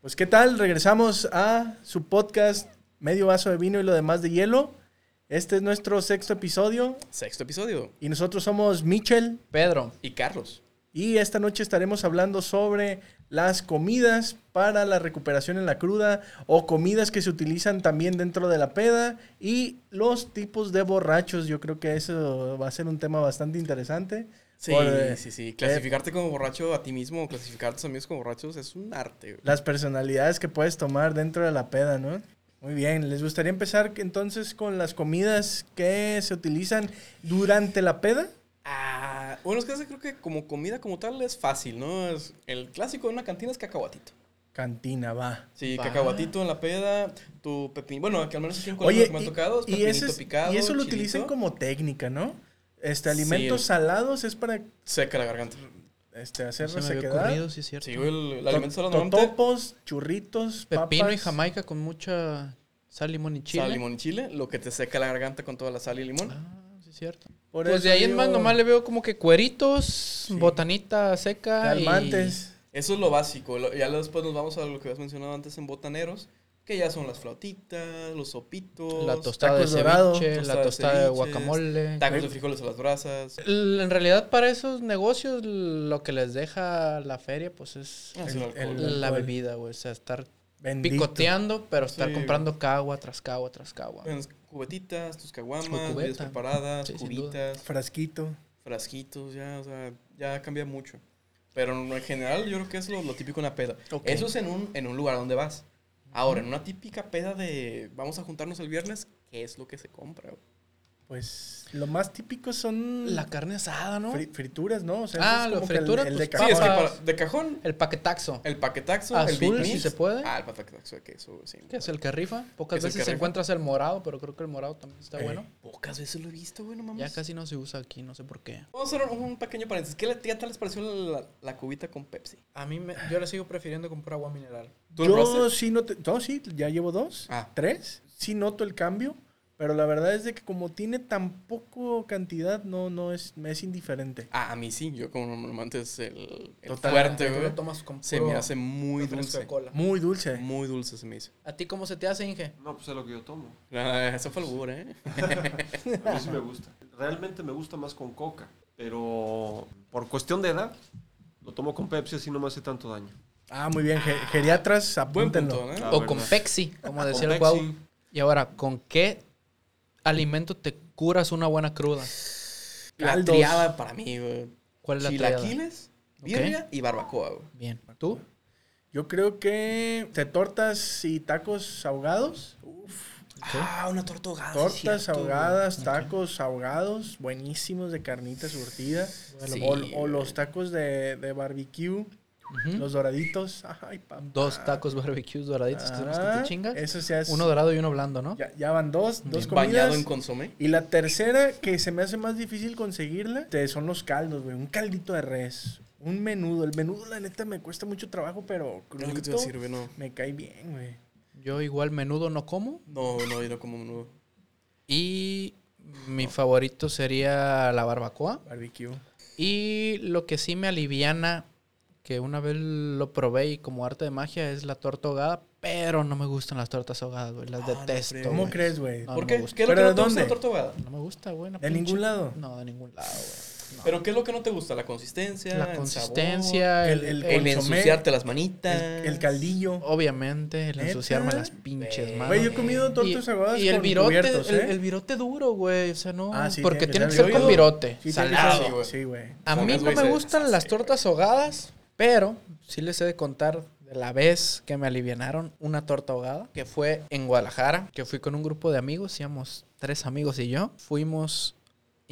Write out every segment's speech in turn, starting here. Pues qué tal, regresamos a su podcast Medio Vaso de Vino y lo demás de hielo. Este es nuestro sexto episodio Sexto episodio. y nosotros somos Michel Pedro, Y Carlos. y esta noche estaremos hablando sobre las comidas para la recuperación en la cruda o comidas que se utilizan también dentro de la peda y los tipos de borrachos. Yo creo que eso va a ser un tema bastante interesante. Sí, Por- eh, sí, sí. eh, Clasificarte como borracho a ti mismo, clasificar a tus amigos como borrachos es un arte. güey. las personalidades que puedes tomar dentro de la peda, ¿no? Muy bien, les gustaría empezar entonces con las comidas que se utilizan durante la peda. Ah, bueno, es que ese creo que como comida como tal es fácil, ¿no? Es- el clásico de una cantina es cacahuatito. Cantina, va. Sí, Va. cacahuatito en la peda, tu pepino. Bueno, que al menos aquí en Colombia Oye, lo que me y- ha tocado es y, pepinito ese es- picado. y eso lo chilito. utilizan como técnica, ¿no? Este, Sí, alimentos el- salados es para Seca la garganta. este, no hacer se me había resequedad. ocurrido, sí es cierto. Sí, güey, el, el To- alimento solo normalmente. Totopos, churritos, Pepino papas. y jamaica con mucha sal, limón y chile. Sal, limón y chile, lo que te seca la garganta con toda la sal y limón. Ah, sí es cierto. Por pues eso de ahí en digo, más nomás le veo como que cueritos, botanita seca y... Calmantes. Eso es lo básico. lo- ya después nos vamos a lo que habías mencionado antes en botaneros, que ya son las flautitas, los sopitos, La tostada de Tacos dorado. ceviche, Tostada la de tostada de ceviches, guacamole. tacos de frijoles a las brasas. L- En realidad para esos negocios lo que les deja la feria pues es Ah, sin el- alcohol. el- la alcohol. bebida, güey. O sea, estar Bendito. picoteando, pero estar Sí, comprando cagua tras cagua tras cagua. Las cubetitas, tus O caguamas, cubeta. bebidas preparadas, Sí, sin cubitas, Frasquito. frasquitos, ya, o sea, ya cambia mucho. Pero en general yo creo que es lo, lo típico en una peda. Ok. Eso es en un, en un lugar donde vas. Ahora, en una típica peda de vamos a juntarnos el viernes, ¿qué es lo que se compra? güey? Pues lo más típico son La carne asada, ¿no? Fri- frituras, ¿no? O sea, Ah, eso es lo como que el- fritura, el, pues, de Sí, es que cajón. para- de cajón El paquetaxo. El paquetaxo, el Azul, Big si Mix. se puede. Ah, el paquetaxo de queso, sí. ¿Qué es el que rifa? Pocas Es el veces que rifa. encuentras el morado, pero creo que el morado también está Eh, bueno. Pocas veces lo he visto, bueno, mames. Ya casi no se usa aquí, no sé por qué. Vamos a hacer un, un pequeño paréntesis. ¿Qué le- qué tal les pareció la, la cubita con Pepsi? A mí yo le sigo prefiriendo comprar agua mineral. ¿Tú lo Yo probaste? sí noto, no, sí, ya llevo dos, Ah. tres, sí noto el cambio, pero la verdad es de que como tiene tan poco cantidad, no, no es, me es indiferente. Ah, a mí sí. Yo como normalmente antes el, el Total, fuerte, güey. tomas con Se me hace muy dulce. Muy dulce. Muy dulce se me hizo. ¿A ti cómo se te hace, Inge? No, pues es lo que yo tomo. Ah, eso fue albur, ¿eh? A mí sí me gusta. Realmente me gusta más con coca, pero por cuestión de edad, lo tomo con Pepsi, así no me hace tanto daño. Ah, muy bien, ge- geriatras, Buen apúntenlo. punto, ¿eh? Ah, o bueno. con Pepsi, como decía Con el Guau. Pepsi. Y ahora, ¿con qué alimento te curas una buena cruda? La Caldos. triada para mí, güey. ¿Cuál es la triada? Chilaquiles, birria y barbacoa, güey. Bien. ¿Tú? Yo creo que de tortas y tacos ahogados. Uf, Ah, una torta ahogada. sí, tortas cierto, güey. ahogadas, tacos ahogados, buenísimos de carnita surtida. Sí, o, o güey. los tacos de, de barbecue, Ujú. los doraditos. Ay, papá. ¿Mm? Dos tacos barbecues doraditos que son los que Ah, te chingas. Eso se hace. Uno dorado y uno blando, ¿no? Ya, ya van dos, dos Bañado comidas. en consomé. Y la tercera que se me hace más difícil conseguirla te- son los caldos, güey. Un caldito de res. Un menudo. El menudo, la neta, me cuesta mucho trabajo, pero Es lo que te crudito iba a decir, güey, no. me cae bien, güey. Yo igual menudo no como. No, no, yo no como menudo. Y mi favorito sería la barbacoa. Barbecue. Y lo que sí me aliviana, que una vez lo probé y como arte de magia, es la torta ahogada. Pero no me gustan las tortas ahogadas, güey. Las Ah, no detesto. friegues. ¿Cómo güey. Ah. crees, güey? No, ¿Por me qué? gusta. ¿Qué es lo que ¿Pero de no te gusta de dónde? la torta ahogada? No me gusta, güey. una ¿De pinche- ningún lado? No, de ningún lado, güey. No. ¿Pero qué es lo que no te gusta? ¿La consistencia? la el consistencia, sabor, el, el- sabor, El, consomé, ensuciarte las manitas. El, el caldillo. Oh, obviamente, el ¿Neta? ensuciarme las pinches Güey, manos. Güey, yo he comido tortas ahogadas y el con virote, cubiertos, el, ¿eh? el virote duro, güey. O sea, no. Ah, sí, porque tiene que ser yo con digo- virote. Sí, tiene que ser salado. así, güey. Sí, güey. A mí Salgas, no güey, me se gustan deshace, las güey. tortas ahogadas, pero sí les he de contar de la vez que me alivianaron una torta ahogada, que fue en Guadalajara, que fui con un grupo de amigos, íbamos tres amigos y yo. Fuimos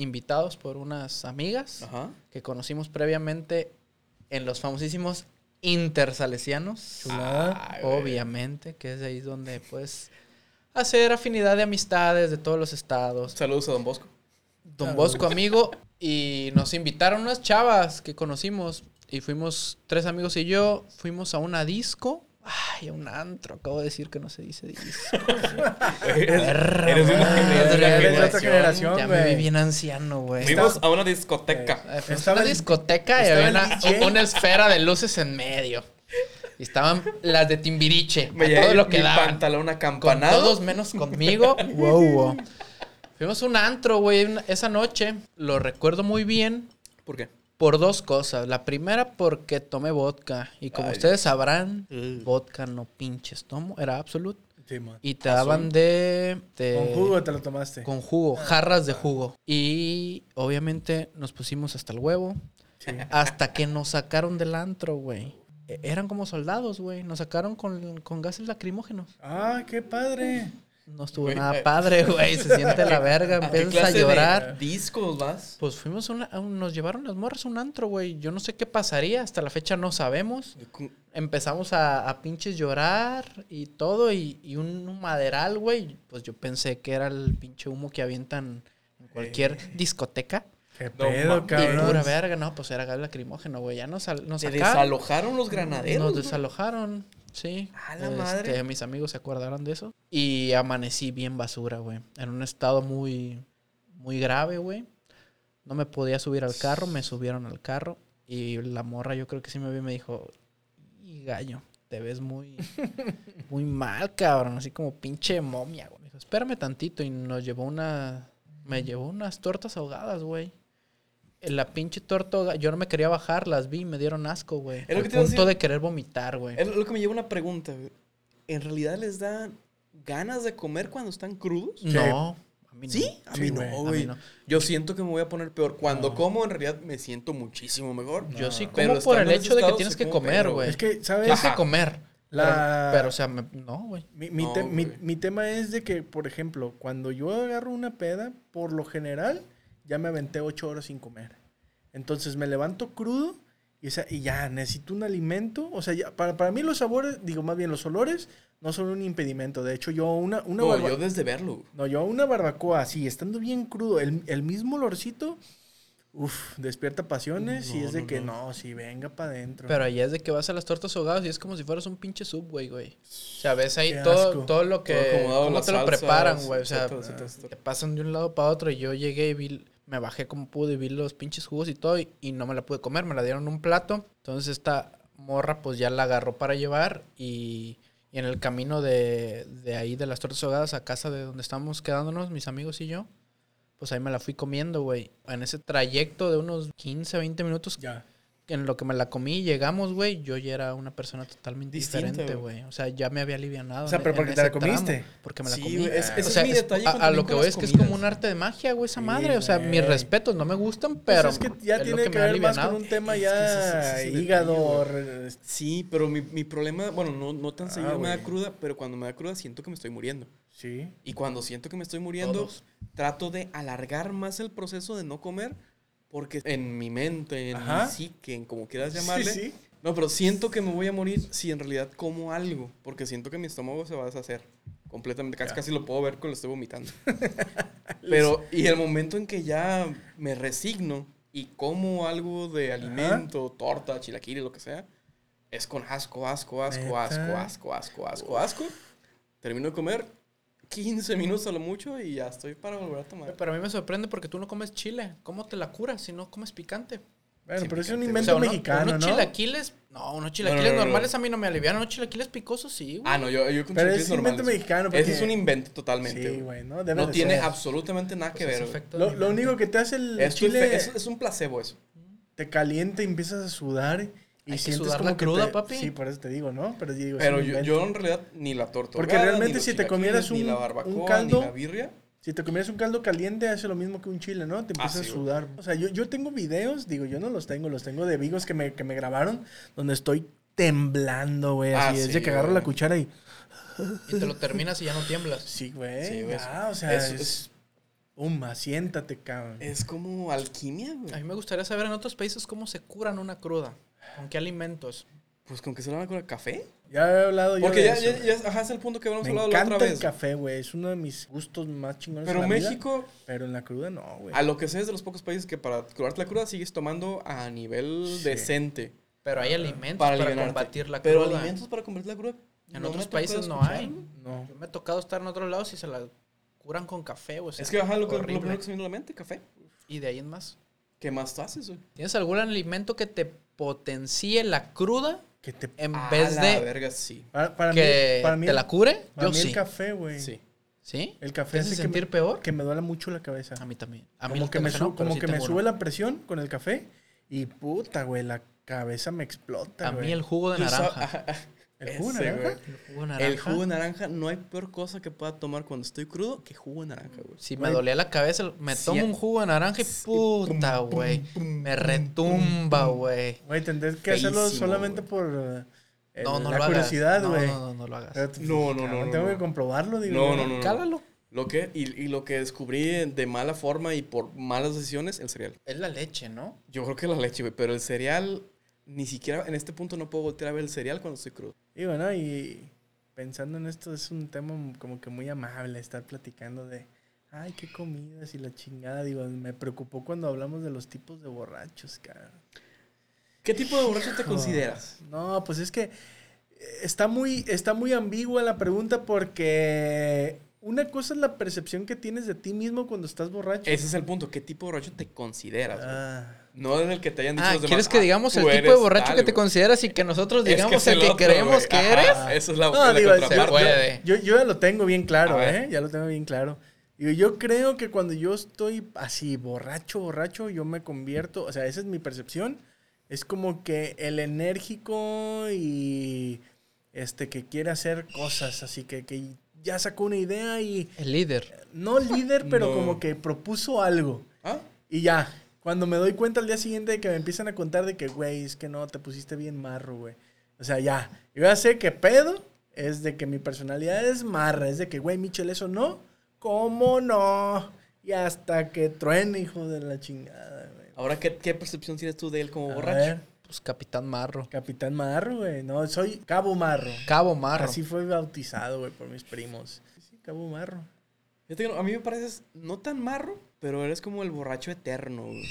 invitados por unas amigas Ajá. que conocimos previamente en los famosísimos intersalesianos. Ah. Chulada. Ay, güey. Obviamente, que es ahí donde puedes hacer afinidad de amistades de todos los estados. Saludos a Don Bosco. Don Bosco, amigo, y nos invitaron unas chavas que conocimos. Y fuimos, tres amigos y yo, fuimos a una disco. Ay, a un antro, acabo de decir que no se dice disco. Perra, eres de una madre, generación, eres de güey. otra generación, Ya güey. me vi bien anciano, güey. Fuimos a una discoteca. Eh, fuimos a Estaba una el- discoteca y estaba había el una, DJ. una esfera de luces en medio. Y estaban las de Timbiriche. Me a todo llevé lo que mi daban. pantalón Con acampanado. todos menos conmigo. wow, wow. Fuimos a un antro, güey, una- esa noche. Lo recuerdo muy bien ¿Por qué? por dos cosas. La primera, porque tomé vodka. Y como Ay, ustedes sabrán, Mm. vodka no pinches tomo. Era absolute. Sí, man. Y te daban de, de- Con jugo te lo ¿eh? tomaste. Con jugo, jarras de jugo. Y obviamente nos pusimos hasta el huevo. Sí. Hasta que nos sacaron del antro, güey. E- Eran como soldados, güey. Nos sacaron con, con gases lacrimógenos. Ah, qué padre. No estuvo Güey, eh. nada padre, güey. Se siente la verga. ¿A qué Empiezas a clase de Ah. llorar. discos vas? Pues fuimos a una, a un- nos llevaron las morras a un antro, güey. Yo no sé qué pasaría. Hasta la fecha no sabemos. Empezamos a, a pinches llorar y todo. Y, y un maderal, güey. Pues yo pensé que era el pinche humo que avientan en cualquier Eh. discoteca. Qué No pedo, mames. Y pura cabrón. verga, no, pues era gas lacrimógeno, güey. Ya nos, sal- nos Se sacaron. desalojaron los granaderos. Nos güey. desalojaron, sí. Este, A la madre. Mis amigos se acordaron de eso. Y amanecí bien basura, güey. En un estado muy, muy grave, güey. No me podía subir al carro, me subieron al carro. Y la morra, yo creo que sí me vio y me dijo: Y gallo, te ves muy, muy mal, cabrón. Así como pinche momia, güey. Me dijo: Espérame tantito. Y nos llevó una. Me llevó unas tortas ahogadas, güey. Eh, La pinche torta, ahoga- yo no me quería bajar, las vi y me dieron asco, güey. lo Al que te iba a punto decir. de querer vomitar, güey. Es lo que me lleva a una pregunta. güey. ¿En realidad les dan ganas de comer cuando están crudos? No. Mm, A mí no. ¿Sí? A Sí, mí güey. A no, mí güey. no. Yo siento que me voy a poner peor. Cuando Ah. No. como, en realidad me siento muchísimo mejor. Yo sí No. como Pero por el estando en hecho de que estado tienes se que come comer, perro, güey. güey. Es que, ¿sabes? Tienes que Ajá. comer. La- Pero, pero, o sea, me- no, güey. Mi, mi No, te- mi- güey. mi tema es de que, por ejemplo, cuando yo agarro una peda, por lo general, ya me aventé ocho horas sin comer. Entonces me levanto crudo y, o sea, y ya necesito un alimento. O sea, ya- para, para mí los sabores, digo más bien los olores, no son un impedimento. De hecho, yo una, una No, barba- yo desde verlo. güey. no, yo una barbacoa así, estando bien crudo, el, el mismo olorcito, uff, despierta pasiones y No, es de no, que no. no, si venga para adentro. Pero allá es de que vas a las tortas ahogadas y es como si fueras un pinche subway, güey. O sea, ves ahí Qué asco. todo, todo lo que. Todo acomodado, cómo las te lo salsas, preparan, güey. O sea, ah, etcétera, etcétera, etcétera. te pasan de un lado para otro. Y yo llegué y vi, me bajé como pude y vi los pinches jugos y todo. Y, y no me la pude comer, me la dieron en un plato. Entonces esta morra, pues ya la agarró para llevar. Y, y en el camino de, de ahí, de las tortas ahogadas a casa de donde estábamos quedándonos, mis amigos y yo. Pues ahí me la fui comiendo, güey. En ese trayecto de unos 15, 20 minutos ya. en lo que me la comí, llegamos, güey, yo ya era una persona totalmente Distinta, diferente, güey. güey. O sea, ya me había alivianado. O sea, en- e-, pero en porque te la ese tramo, comiste. porque me la Sí, comí. güey, es- Ah. ese o es sea, mi es- detalle a, con- a también lo que con voy las es que es como comidas. un arte de magia, güey, esa Sí, madre. O sea, güey. mis respetos, no me gustan, Pues pero. es que ya es lo tiene que, me ha ver más con alivianado. un tema Es que ese- ese- ya ese es el hígado. re- Sí, pero mi, mi problema, bueno, no, no tan Ah, seguido me da güey. cruda, pero cuando me da cruda siento que me estoy muriendo. Sí. Y cuando siento que me estoy muriendo, Todos. trato de alargar más el proceso de no comer, porque en mi mente, en Ajá. mi psique, en como quieras llamarle, Sí, sí. no, pero siento que me voy a morir si en realidad como algo, porque siento que mi estómago se va a deshacer completamente. Casi, casi lo puedo ver cuando lo estoy vomitando. pero, y el momento en que ya me resigno y como algo de alimento, torta, chilaquiles, lo que sea, es con asco, asco, asco, ¿Neta? asco, asco, asco, asco, asco. Termino de comer 15 minutos a lo mucho y ya estoy para volver a tomar. Pero a mí me sorprende porque tú no comes chile. ¿Cómo te la curas si no comes picante? Bueno, Sí, pero es picante, un güey. O invento sea, uno- mexicano, unos ¿no? chilaquiles. No, unos chilaquiles no, no, no. normales a mí no me alivian. Unos chilaquiles picosos sí, güey. Ah, no, yo, yo con Pero chilaquiles es un invento normales. mexicano. Ese es porque- un invento totalmente. Sí, güey. güey, no debe No de tiene ser. absolutamente nada que Pues ver. ese güey. efecto Lo, de lo alimento. único que te hace el Es, tu chile efe- es, es un placebo eso. te calienta y empiezas a sudar y que sientes sudar como la que cruda, te- papi. Sí, por eso te digo, ¿no? Pero, digo, es Pero un yo, invento. yo en realidad ni la torta. Porque ahogada, realmente ni los si te chilaquiles, comieras ni la un- barbacoa, un caldo- ni la birria. Si te comieras un caldo caliente, hace lo mismo que un chile, ¿no? Te Ah, empieza sí, a güey. sudar. O sea, yo, yo tengo videos, digo, yo no los tengo, los tengo de amigos que me, que me grabaron, donde estoy temblando, güey. Ah, Así es sí, de que agarro güey. la cuchara y. Y te lo terminas y ya no tiemblas. Sí, güey. Sí, güey, ya, es- o sea, es- es. Uma, siéntate, cabrón. Es como alquimia, A mí güey. me gustaría saber en otros países cómo se curan una cruda. ¿Con qué alimentos? Pues con qué se lo van a curar café. Ya he hablado yo. Porque de ya, eso, ya- güey. ya- ajá, es el punto que habíamos Me hablado la encanta otra el vez. café, güey. Es uno de mis gustos más chingones. Pero en la vida, México, pero en la cruda no, güey. a lo que sé, es de los pocos países que para curarte la cruda sigues tomando a nivel Sí. decente. Pero Ah, hay alimentos Para para, alivianarte. combatir la Pero cruda. alimentos para combatir la cruda. En no me otros ha países tocado no hay. escuchar. No. Yo me ha tocado estar en otros lados y se la curan con café, o sea, Es que ajá, lo, que, lo horrible. primero que se me vino a la mente, café. Y de ahí en más. ¿Qué más haces, güey? ¿Tienes algún alimento que te potencie la cruda? que te... En A vez la de verga, sí. Para, Ah, para mí, que para mí te el- la cure, para yo mí sí. el café, güey. Sí. ¿Sí? El café ¿Te hace hace que sentir me- peor? Que me duela mucho la cabeza. A mí también. A mí como la que me, cabeza no, sub- pero como sí que me tengo sube una. la presión con el café y puta, güey, la cabeza me explota, A güey. mí el jugo de Tú sab- naranja. ¿El jugo de Ese, naranja? güey. El jugo de El naranja. jugo de naranja, no hay peor cosa que pueda tomar cuando estoy crudo que jugo de naranja, güey. Si me Güey. dolía la cabeza, me Sí, tomo a- un jugo de naranja y sí, puta, pum, pum, güey. pum, Me pum, retumba, pum, pum. güey. Güey, tendrás que Feísimo, hacerlo solamente güey. por eh, el- No, no la lo hagas. curiosidad, No, güey. No, no, no lo hagas. Pero tú- No, no, no, cabrón, no, Tengo no. que comprobarlo, digo. No, güey. no, no. Cálalo. Lo que, y, y lo que descubrí de mala forma y por malas decisiones, el cereal. Es la leche, ¿no? Yo creo que la leche, güey, pero el cereal, ni siquiera en este punto no puedo voltear a ver el cereal cuando estoy crudo. Y bueno, y pensando en esto, es un tema como que muy amable estar platicando de, ay, qué comidas y la chingada. Digo, me preocupó cuando hablamos de los tipos de borrachos, cara. ¿Qué tipo de borracho te consideras? No, pues es que eh, está muy, está muy ambigua la pregunta porque una cosa es la percepción que tienes de ti mismo cuando estás borracho. Ese es el punto. ¿Qué tipo de borracho te consideras? güey? Ah, No es el que te hayan dicho Ah, los demás. ¿quieres que "Ah, digamos tú el tipo de eres borracho tal, que te güey". consideras y que nosotros Es digamos es el, que otro, creemos güey. que Ajá, eres? Esa es la, No, la digo, contraparte. Se puede. yo, yo ya lo tengo bien claro, A ver. ¿eh? Ya lo tengo bien claro. Yo, yo creo que cuando yo estoy así borracho, borracho, yo me convierto, o sea, esa es mi percepción. Es como que el enérgico y este que quiere hacer cosas, así que, que ya sacó una idea y El líder. no líder, pero No. como que propuso algo. ¿Ah? Y ya, cuando me doy cuenta al día siguiente de que me empiezan a contar de que, güey, es que no, te pusiste bien marro, güey. O sea, ya. Yo ya sé que pedo es de que mi personalidad es marra, es de que, güey, Michel, eso no. ¿Cómo no? Y hasta que truene, hijo de la chingada, güey. Ahora, ¿qué, qué percepción tienes tú de él como A borracho? ver, Pues Capitán Marro. Capitán Marro, güey. No, soy Cabo Marro. Cabo Marro. Así fue bautizado, güey, por mis primos. Sí, sí, Cabo Marro. Fíjate que no- a mí me pareces no tan marro, pero eres como el borracho eterno, güey.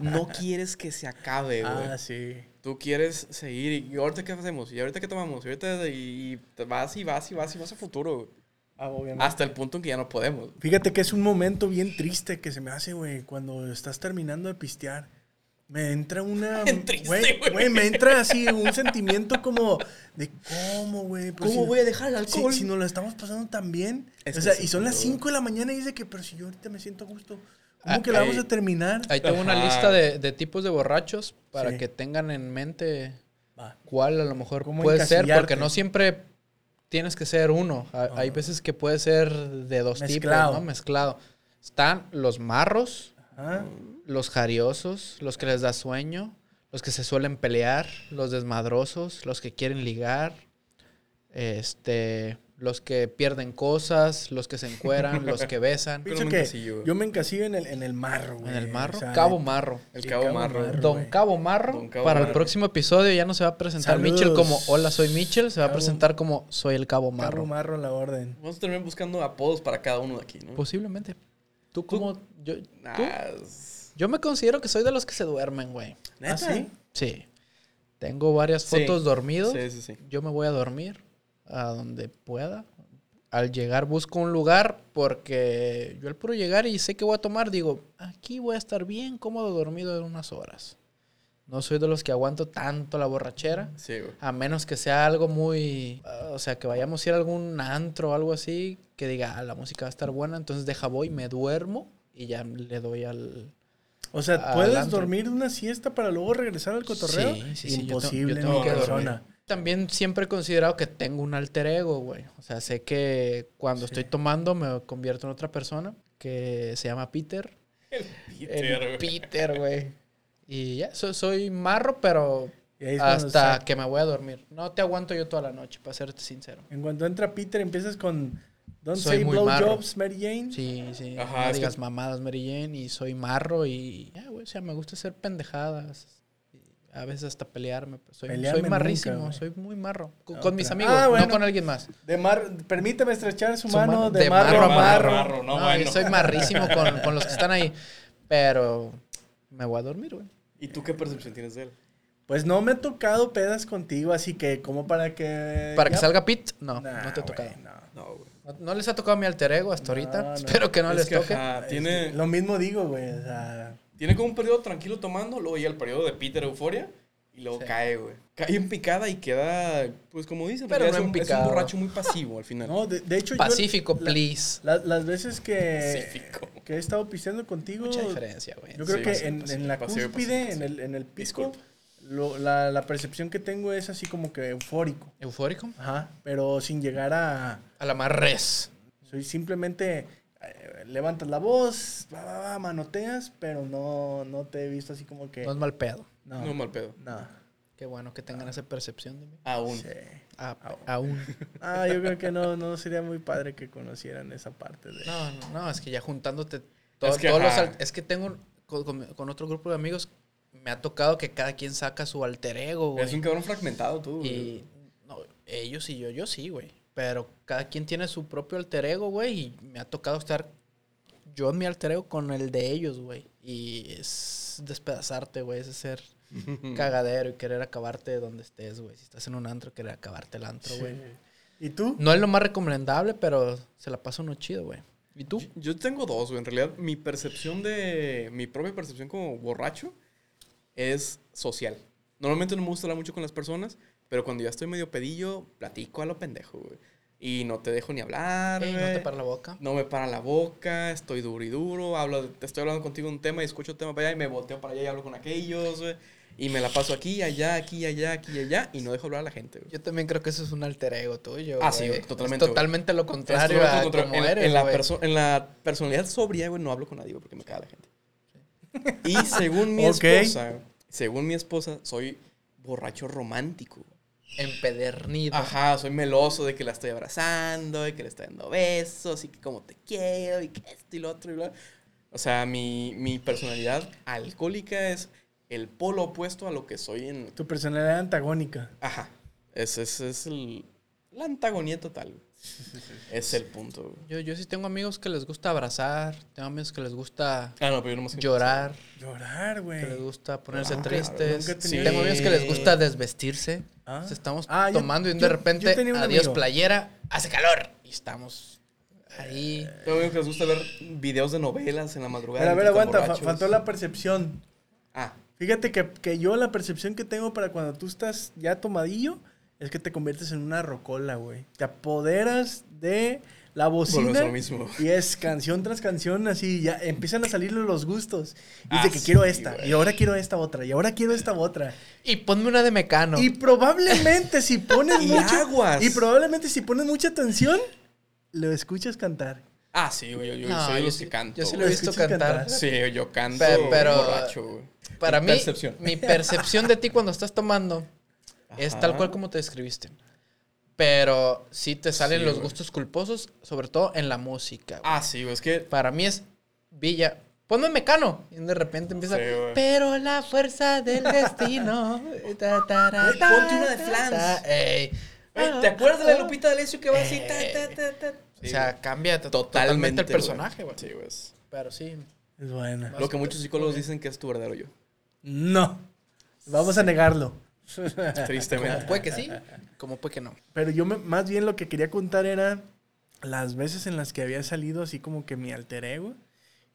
No quieres que se acabe, güey. Ah, sí. Tú quieres seguir y, ¿y ahorita qué hacemos, y ahorita qué tomamos, y ahorita y, y te vas y vas y vas y vas a futuro, güey. Ah, obviamente. Hasta el punto en que ya no podemos. Fíjate que es un momento bien triste que se me hace, güey, cuando estás terminando de pistear. Me entra una... Bien triste, güey, güey. güey, me entra así un sentimiento como de cómo, güey. Pero si- dejar el si, si nos lo estamos pasando tan bien. Es o que sea, sí, y son las bro. 5 de la mañana y dice que, pero si yo ahorita me siento a gusto. ¿Cómo Ah, que la vamos ahí- a terminar? Ahí tengo una Ajá. lista de, de tipos de borrachos para Sí. que tengan en mente Va. cuál a lo mejor ¿Cómo puede ser, porque encasillarte? Ah. no siempre tienes que ser uno. Ha- Hay veces que puede ser de dos Mezclado. tipos, ¿no? Mezclado. Están los marros, Ajá. los jariosos, los que les da sueño, los que se suelen pelear, los desmadrosos, los que quieren ligar, este, los que pierden cosas, los que se encueran, los que besan. Pero Pienso me que encasillo, güey. yo me encasillo en el, en el marro, güey. En el marro, O sea, Cabo Marro. El Sí, cabo, Cabo marro. Marro. Don güey. Cabo Marro, Don Cabo para el Marro. próximo episodio ya no se va a presentar Saludos. Mitchell como Hola, soy Mitchell, se va a Cabo- presentar como Soy el Cabo Marro. Cabo Marro en la orden. Vamos a terminar buscando apodos para cada uno de aquí, ¿no? Posiblemente. ¿Tú cómo? Yo, Pues, tú? Ah, es- yo me considero que soy de los que se duermen, güey. ¿Neta? ¿Ah, sí? Sí. Tengo varias Sí. fotos dormido. Sí, sí, sí. Yo me voy a dormir a donde pueda. Al llegar busco un lugar porque yo al puro llegar y sé que voy a tomar, digo, aquí voy a estar bien cómodo dormido en unas horas. No soy de los que aguanto tanto la borrachera. Sí, güey. A menos que sea algo muy. ah, o sea, que vayamos a ir a algún antro o algo así, que diga, ah, la música va a estar buena, entonces deja voy, me duermo y ya le doy al. O sea, Al ¿puedes antro. dormir una siesta para luego regresar al cotorreo? Sí, sí, sí, yo tengo- Imposible, yo tengo no, que dormir. persona. También siempre he considerado que tengo un alter ego, güey. O sea, sé que cuando Sí. estoy tomando me convierto en otra persona que se llama Peter. Peter, El güey. Peter, güey. Y ya, so- soy marro, pero Y ahí es cuando hasta sa- que me voy a dormir. No te aguanto yo toda la noche, para serte sincero. En cuanto entra Peter, empiezas con Don't Soy say muy marro. blowjobs, Mary Jane. Sí, sí. Ajá, no es que- digas mamadas, Mary Jane, y soy marro y... Ya, güey, o sea, me gusta hacer pendejadas. Y A veces hasta pelearme. pues, Soy, Pelearme soy nunca, marrísimo, güey. soy muy marro. Con, Ah, con mis otra. amigos, Ah, bueno. no con alguien más. De mar- permíteme estrechar su, Su mano, mano- de, marro a marro. marro. no, No, bueno. yo soy marrísimo con, con los que están ahí. Pero me voy a dormir, güey. ¿Y tú qué percepción tienes de él? Pues no me ha tocado pedas contigo, así que como para que... Para que Eh, ya- salga Pit, no, Nah, no te ha güey, tocado. no. No, güey. No, no les ha tocado mi alter ego hasta ahorita. No, no. Espero que no Es les que, toque. Este, ajá, Ah, tiene, Lo Este, mismo digo, güey. o sea, tiene como un periodo tranquilo tomando, luego llega el periodo de Peter Euforia. Y luego Sí. cae, güey. Cae en picada y queda, pues como dicen, Pero porque no es, en un, es un picado. eh, borracho muy pasivo al final. No, de, de hecho yo- Pacífico, la- please. la- las veces que, Pacífico. que he estado pisteando contigo, Mucha diferencia, güey. yo creo Sí, que pasivo, en, pasivo, en la pasivo, cúspide, pasivo, En, el, en el pico, Disculpa. lo- la, la percepción que tengo es así como que eufórico. ¿Eufórico? Ajá, pero sin llegar a... A la más res. Soy simplemente... eh, levantas la voz, va, va, va, manoteas, pero no, no te he visto así como que... No es mal pedo. No, No, mal pedo. no. Qué bueno que Ah. tengan esa percepción de mí. Aún. Sí. A- aún. Ah, yo creo que no, no sería muy padre que conocieran esa parte de... No, no, no, es que ya juntándote todo- Es que, todos los ajá. al- es que tengo un- con, con- con otro grupo de amigos me ha tocado que cada quien saca su alter ego, güey. Es un cabrón fragmentado tú, güey. Y no, ellos y yo, yo sí, güey. Pero cada quien tiene su propio alter ego, güey. Y me ha tocado estar yo en mi alter ego con el de ellos, güey. Y es despedazarte, güey. Es ser Mm. cagadero y querer acabarte donde estés, güey. Si estás en un antro, querer acabarte el antro, Sí. güey. ¿Y tú? No es lo más recomendable, pero se la pasa uno chido, güey. ¿Y tú? Yo- Yo tengo dos, güey. En realidad, mi percepción de. Mi propia percepción como borracho es social. Normalmente no me gusta hablar mucho con las personas, pero cuando ya estoy medio pedillo, platico a lo pendejo, güey. Y no te dejo ni hablar, Ey, no güey. te para la boca. No me para la boca, estoy duro y duro, hablo, de- te estoy hablando contigo de un tema y escucho un tema para allá y me volteo para allá y hablo con aquellos, güey. Y me la paso aquí, allá, aquí, allá, aquí, allá y no dejo hablar a la gente, güey. Yo también creo que eso es un alter ego tuyo. Ah, sí, güey. güey, totalmente, Es totalmente lo contrario Estoy a contra- cómo en, ah, eres, en la güey. perso- en la personalidad sobria, güey, no hablo con nadie, güey, porque me caga la gente. Y según mi Ok. esposa, según mi esposa, soy borracho romántico. Empedernido. Ajá, soy meloso de que la estoy abrazando, de que le estoy dando besos, y que como te quiero, y que esto y lo otro y bla. O sea, mi, mi personalidad alcohólica es el polo opuesto a lo que soy en... Tu personalidad antagónica. Ajá, ese es, es el, la antagonía total. güey. Es el punto. güey. Yo, yo sí tengo amigos que les gusta abrazar, tengo amigos que les gusta Ah, no, pero yo no más llorar, Llorar, güey. que les gusta ponerse Nunca- tristes. nunca he tenido- Tengo amigos que les Sí. gusta desvestirse. Ah. Entonces, estamos Ah, yo- tomando y yo- de yo repente, tenía un adiós amigo. playera, hace calor. Y estamos ahí. Tengo amigos que les gusta ver videos de novelas en la madrugada. Pero a ver, mientras aguanta, están fa- faltó borrachos. la percepción. Ah, Fíjate que, que yo la percepción que tengo para cuando tú estás ya tomadillo es que te conviertes en una rocola, güey. Te apoderas de la volvemos a bocina lo mismo. y es canción tras canción así, ya empiezan a salirle los gustos. Y Ah, dice que sí, quiero esta, güey. y ahora quiero esta otra, y ahora quiero esta otra. Y ponme una de mecano. Y probablemente si pones Y mucha aguas. y probablemente si pones mucha atención lo escuchas cantar. Ah, sí, güey, yo, yo No, soy de yo los sí- que canto. yo sí güey. lo he visto Escuchas cantar. cantar. Sí, yo canto Pe- pero- borracho, güey. Para Mi mí, percepción. mi percepción de ti cuando estás tomando es Ajá. tal cual como te describiste. Pero sí te salen Sí, los güey. gustos culposos, sobre todo en la música. güey. Ah, sí, güey, es que... Para mí es Villa. Ponme mecano. Y de repente empieza. Sí, güey. Pero la fuerza del destino. ta, ta, ra, Güey, ta, ponte una de ta, Flans. ta, ey. Ey, ¿Te acuerdas de la Lupita D'Alessio que va así? ta, ta, Eh, ta, ta? o sea, cambia to- totalmente totalmente el personaje, güey. Sí, güey. es Pero sí. Es buena. Lo que muchos psicólogos dicen que es tu verdadero yo. No. Vamos a negarlo. Tristemente. Puede que sí, como puede que no. Pero yo me- más bien lo que quería contar era las veces en las que había salido así como que mi alter ego.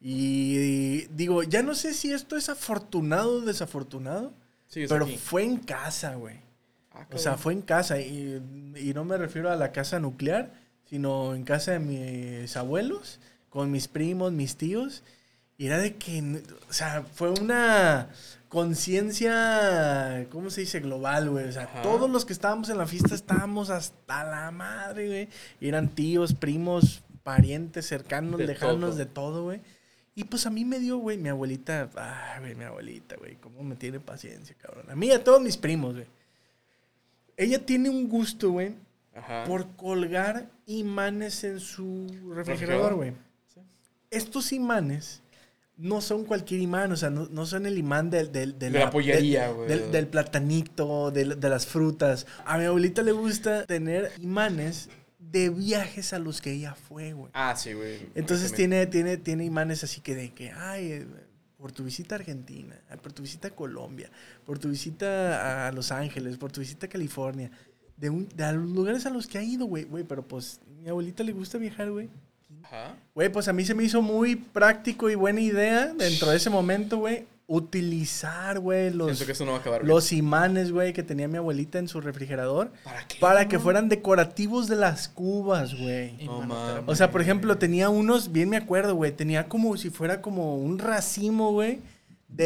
Y digo, ya no sé si esto es afortunado o desafortunado, Sí, es pero aquí. fue en casa, güey. Ah, O sea, cabrón. fue en casa y, y no me refiero a la casa nuclear, sino en casa de mis abuelos, con mis primos, mis tíos. Y era de que, n- o sea, fue una conciencia, ¿cómo se dice? Global, güey. O sea, Ajá. todos los que estábamos en la fiesta estábamos hasta la madre, güey. Y eran tíos, primos, parientes, cercanos, De lejanos, todo. de todo, güey. Y pues a mí me dio, güey, mi abuelita, ay, güey, mi abuelita, güey, cómo me tiene paciencia, cabrón. A mí y a todos mis primos, güey. Ella tiene un gusto, güey, Ajá. por colgar imanes en su refrigerador, Refrigerador. güey. Estos imanes no son cualquier imán, o sea, no, no son el imán del, del- De la pollería, del- güey. Del, del platanito, del- de, las frutas. A mi abuelita le gusta tener imanes de viajes a los que ella fue, güey. Ah, sí, güey. Entonces Tristemente. tiene, tiene, tiene imanes así que de que, ay, eh, por tu visita a Argentina, ay, por tu visita a Colombia, por tu visita a Los Ángeles, por tu visita a California, de, un, de a los lugares a los que ha ido, güey, güey, pero pues mi abuelita le gusta viajar, güey. Ajá. Güey, pues a mí se me hizo muy práctico y buena idea dentro de ese momento, güey, utilizar, güey, los, Siento que eso no va a acabar. bien. los imanes, güey, que tenía mi abuelita en su refrigerador ¿Para qué? para que fueran decorativos de las cubas, güey. No Inmanoterapia. O sea, por ejemplo, tenía unos, bien me acuerdo, güey, tenía como si fuera como un racimo, güey,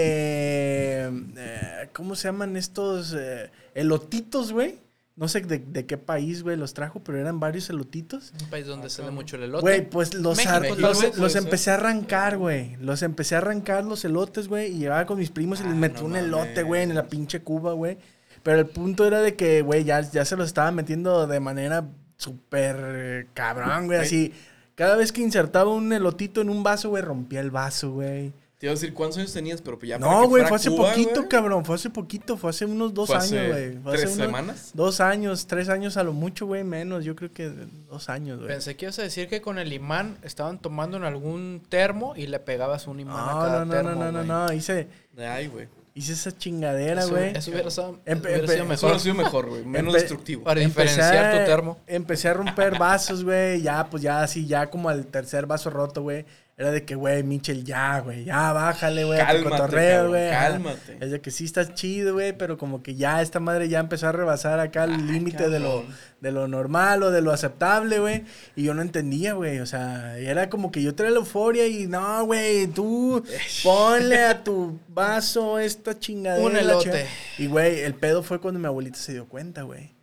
de... eh, ¿Cómo se llaman estos eh, elotitos, güey? No sé de, de qué país, güey, los trajo, pero eran varios elotitos. un país donde se ve Ah, cabrón. mucho el elote. Güey, pues los, México, ar- tal los- vez, los puede empecé a arrancar, güey. Los empecé a arrancar los elotes, güey. Y llegaba con mis primos y les Ah, metí no un elote, mames. güey, en la pinche cuba, güey. Pero el punto era de que, güey, ya, ya se los estaba metiendo de manera súper eh, cabrón, güey. Güey. Así, cada vez que insertaba un elotito en un vaso, güey, rompía el vaso, güey. Te iba a decir cuántos años tenías, pero pues ya. para No, que güey, fuera fue hace Cuba, poquito, güey, cabrón. Fue hace poquito, fue hace unos dos fue años, hace güey. Fue hace ¿Tres unos semanas? Dos años, tres años a lo mucho, güey, menos. Yo creo que dos años, güey. Pensé que ibas a decir que con el imán estaban tomando en algún termo y le pegabas un imán a cada No, no, no, termo. no, no, no, güey. no, hice, Ay, güey. hice esa chingadera, Eso- güey. Eso hubiera sido, Empe- hubiera empe- sido Eso mejor. hubiera sido mejor, güey. Menos Empe- destructivo. Para Empecé a- diferenciar tu termo. Empecé a romper vasos, güey, ya, pues ya así, ya como al tercer vaso roto, güey. Era de que, güey, Michel, ya, güey, ya, bájale, güey, a tu Cálmate, cotorreo, cabrón, güey. Ajá. cálmate. Es de que sí estás chido, güey, pero como que ya esta madre ya empezó a rebasar acá el límite de lo, Ah, cabrón. de lo normal o de lo aceptable, güey. Y yo no entendía, güey. O sea, era como que yo traía la euforia y no, güey, tú ponle a tu vaso esta chingadera. Un elote. chinga- Y, güey, el pedo fue cuando mi abuelita se dio cuenta, güey.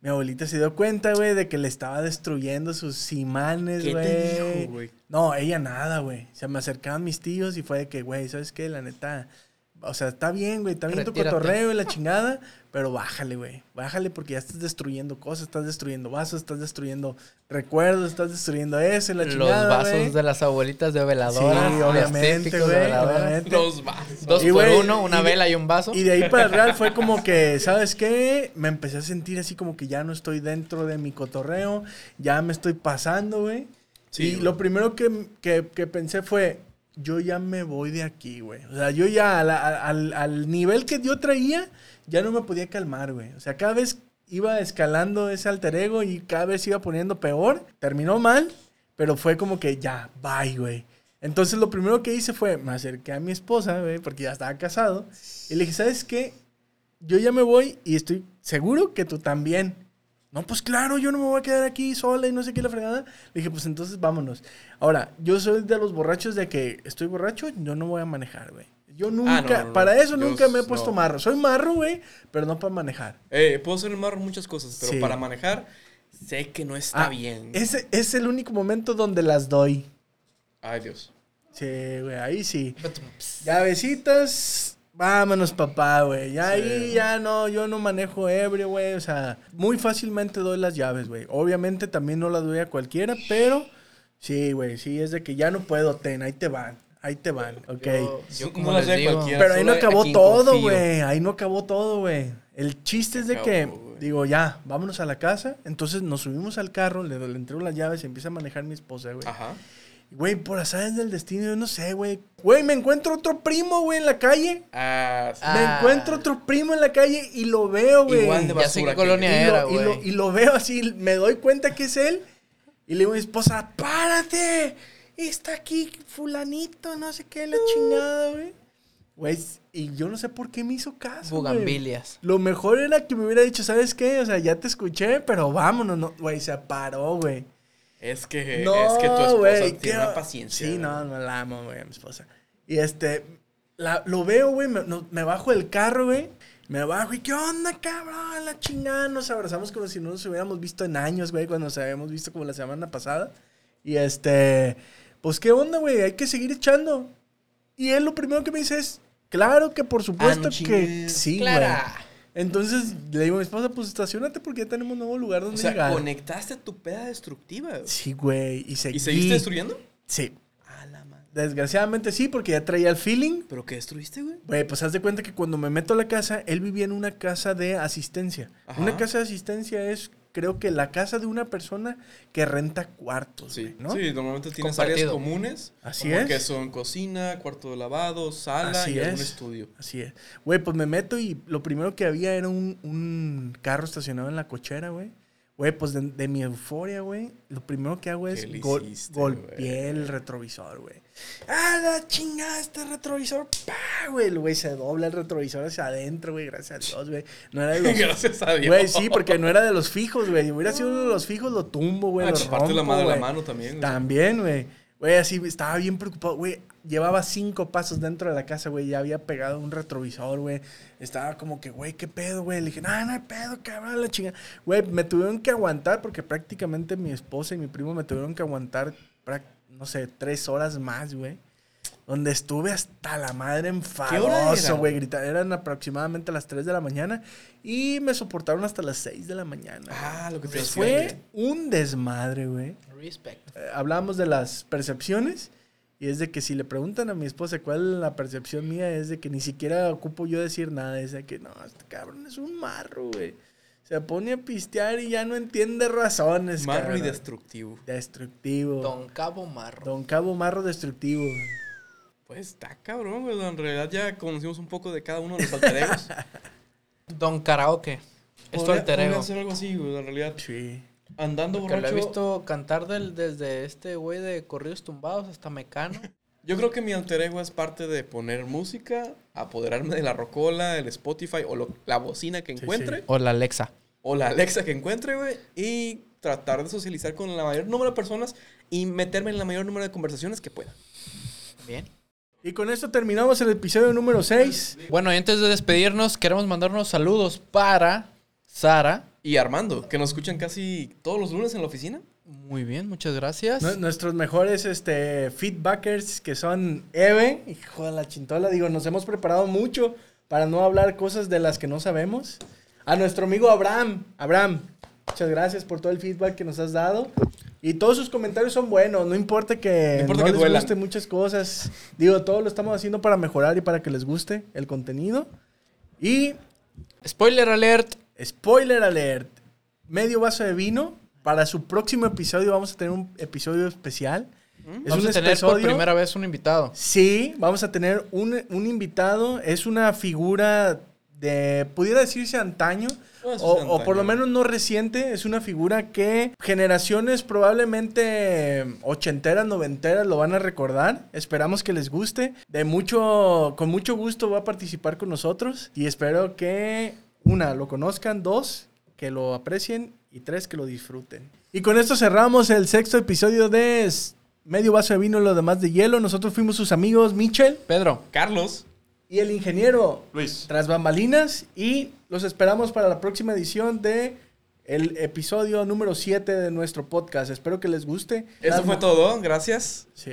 Mi abuelita se dio cuenta, güey, de que le estaba destruyendo sus imanes, ¿Qué güey. te dijo, güey? No, ella nada, güey. Se me acercaban mis tíos y fue de que, güey, ¿sabes qué? La neta. O sea, está bien, güey. Está bien Retírate. tu cotorreo y la chingada. Pero bájale, güey. Bájale porque ya estás destruyendo cosas. Estás destruyendo vasos. Estás destruyendo recuerdos. Estás destruyendo eso y la Los chingada. vasos güey. de las abuelitas de Sí, veladora. los obviamente, típicos de güey. veladora. obviamente. Los vasos. Dos Y, por güey, uno, una y- vela y un vaso. Y de ahí para el real fue como que, ¿sabes qué? Me empecé a sentir así como que ya no estoy dentro de mi cotorreo, ya me estoy pasando, güey. Sí, y güey. lo primero que, que- que pensé fue, yo ya me voy de aquí, güey. O sea, yo ya a la- a- al, al nivel que yo traía, ya no me podía calmar, güey. O sea, cada vez iba escalando ese alter ego y cada vez iba poniendo peor. Terminó mal, pero fue como que ya, bye, güey. Entonces lo primero que hice fue, me acerqué a mi esposa, güey, porque ya estaba casado. Y le dije, ¿sabes qué? Yo ya me voy y estoy seguro que tú también. No, pues claro, yo no me voy a quedar aquí sola y no sé qué la fregada. Le dije, pues entonces vámonos. Ahora, yo soy de los borrachos de que estoy borracho, yo no voy a manejar, güey. Yo nunca, Ah, no, no, para no. eso Yo nunca me he s- puesto no. marro. Soy marro, güey, pero no para manejar. Eh, puedo ser el marro en muchas cosas, pero Sí. para manejar sé que no está Ah, bien. Ese es el único momento donde las doy. Ay, Dios. Sí, güey, ahí sí. Llavecitas. Vámonos, papá, güey. Ya ahí Sí. ya no, yo no manejo ebrio, güey. O sea, muy fácilmente doy las llaves, güey. Obviamente también no las doy a cualquiera, pero sí, güey, sí, es de que ya no puedo, ten, ahí te van, ahí te van, ok. Yo, yo No como la les sé digo, cualquiera. pero ahí no solo acabó aquí todo, confío. güey. Ahí no acabó todo, güey. El chiste es de Acabó, que, güey. digo, ya, vámonos a la casa. Entonces nos subimos al carro, le, le entrego las llaves y empieza a manejar mi esposa, güey. Ajá. Güey, por azares del destino, yo no sé, güey. Güey, me encuentro otro primo, güey, en la calle. Ah, sí. Ah, Me encuentro otro primo en la calle y lo veo, güey. Igual de Y ya sé basura qué que- lo- colonia era, y, lo, y, lo, güey. veo así, me doy cuenta que es él. Y le digo a mi esposa, párate. Está aquí fulanito, no sé qué, la chingada, güey. Güey, y yo no sé por qué me hizo caso, güey. Bugambilias. Lo mejor era que me hubiera dicho, ¿sabes qué? O sea, ya te escuché, pero vámonos. no". Güey, se paró, güey. Eh, Es que, es que tu esposa tiene una paciencia. Sí, no, güey. no la amo, güey, a mi esposa. Y este, la- lo veo, güey, me, no- me bajo del carro, güey. Me bajo y qué onda, cabrón, la chingada. Nos abrazamos como si no nos hubiéramos visto en años, güey, cuando nos habíamos visto como la semana pasada. Y este, pues qué onda, güey, hay que seguir echando. Y él lo primero que me dice es, claro que por supuesto que Ah, chingues. sí, güey. Clara. Entonces le digo a mi esposa, pues estacionate porque ya tenemos nuevo lugar donde O sea, llegar. conectaste tu peda destructiva. güey. Sí, güey, y seguí. ¿Y seguiste destruyendo? Sí. A la madre. Desgraciadamente sí, porque ya traía el feeling. ¿Pero qué destruiste, güey? Güey, pues haz de cuenta que cuando me meto a la casa, él vivía en una casa de asistencia. Ajá. Una casa de asistencia es, creo que la casa de una persona que renta cuartos, Sí, güey, ¿no? sí, normalmente tienes áreas Compartido. comunes. Así como es. Que son cocina, cuarto de lavado, sala Así y es. algún estudio. Así es. Güey, pues me meto y lo primero que había era un, un carro estacionado en la cochera, güey. Güey, Güey, pues de, de mi euforia, güey, lo primero que hago es ¿Qué le gol- hiciste, golpeé el retrovisor, güey. ¡Ah, la chingada este retrovisor! ¡Pah, güey! El güey se dobla el retrovisor hacia adentro, güey, gracias a Dios, güey. No era de los... Gracias a Dios. Güey, sí, porque no era de los fijos, güey. Si hubiera sido uno de los fijos, lo tumbo, güey. Ah, lo chuparte la rompo, madre a la güey. mano también. güey. También, güey. Güey, así estaba bien preocupado, güey. Llevaba cinco pasos dentro de la casa, güey. Ya había pegado un retrovisor, güey. Estaba como que, güey, qué pedo, güey. Le dije, no, no hay pedo, cabrón, la chingada. Güey, me tuvieron que aguantar porque prácticamente mi esposa y mi primo me tuvieron que aguantar, prac- no sé, tres horas más, güey. Donde estuve hasta la madre enfadoso, era? güey. Gritar, eran aproximadamente las 3 de la mañana y me soportaron hasta las 6 de la mañana. Ah, lo que te güey. decía, Fue güey. un desmadre, güey Respect. eh, hablábamos de las percepciones y es de que si le preguntan a mi esposa cuál es la percepción mía es de que ni siquiera ocupo yo decir nada, es de que no, este cabrón es un marro, güey. Se pone a pistear y ya no entiende razones. Marro y cabrón. destructivo. destructivo. Don. Don Cabo Marro. Cabo Marro destructivo. Pues está cabrón, güey. En realidad ya conocimos un poco de cada uno de los alter egos. Don Karaoke. Es tu Podría- alter ego. podría ser algo así, güey. En realidad, Sí. andando Porque lo borracho. he visto cantar del- desde este güey de corridos tumbados hasta Mecano. Yo creo que mi alter ego es parte de poner música, apoderarme de la rocola, el Spotify o lo- la bocina que Sí, encuentre. sí. o la Alexa. o la Alexa que encuentre, güey, y tratar de socializar con la mayor número de personas y meterme en la mayor número de conversaciones que pueda. Bien. Y con esto terminamos el episodio número 6. Bueno, y antes de despedirnos, queremos mandar unos saludos para Sara. Y Armando, que nos escuchan casi todos los lunes en la oficina. Muy bien, muchas gracias. Nuestros mejores este, feedbackers que son Eve, hijo de la chintola, digo, nos hemos preparado mucho para no hablar cosas de las que no sabemos. A nuestro amigo Abraham, Abraham, muchas gracias por todo el feedback que nos has dado. Y todos sus comentarios son buenos, no importa que No importa no que les duelan. guste muchas cosas. Digo, todo lo estamos haciendo para mejorar y para que les guste el contenido. Y Spoiler alert. Spoiler alert. Medio vaso de vino. Para su próximo episodio vamos a tener un episodio especial. Es vamos un a tener por episodio- primera vez un invitado. Sí, vamos a tener un, un invitado. Es una figura de, pudiera decirse antaño, Pues, o, antaño. o por lo menos no reciente. Es una figura que generaciones probablemente ochenteras, noventeras lo van a recordar. Esperamos que les guste. De mucho, con mucho gusto va a participar con nosotros y espero que una lo conozcan, dos que lo aprecien y tres que lo disfruten. Y con esto cerramos el sexto episodio de S- Medio vaso de vino y lo demás de hielo. Nosotros fuimos sus amigos Michel Pedro, Carlos, y el ingeniero Luis. tras bambalinas y los esperamos para la próxima edición de el episodio número 7 de nuestro podcast. Espero que les guste. eso fue todo. Gracias. Sí.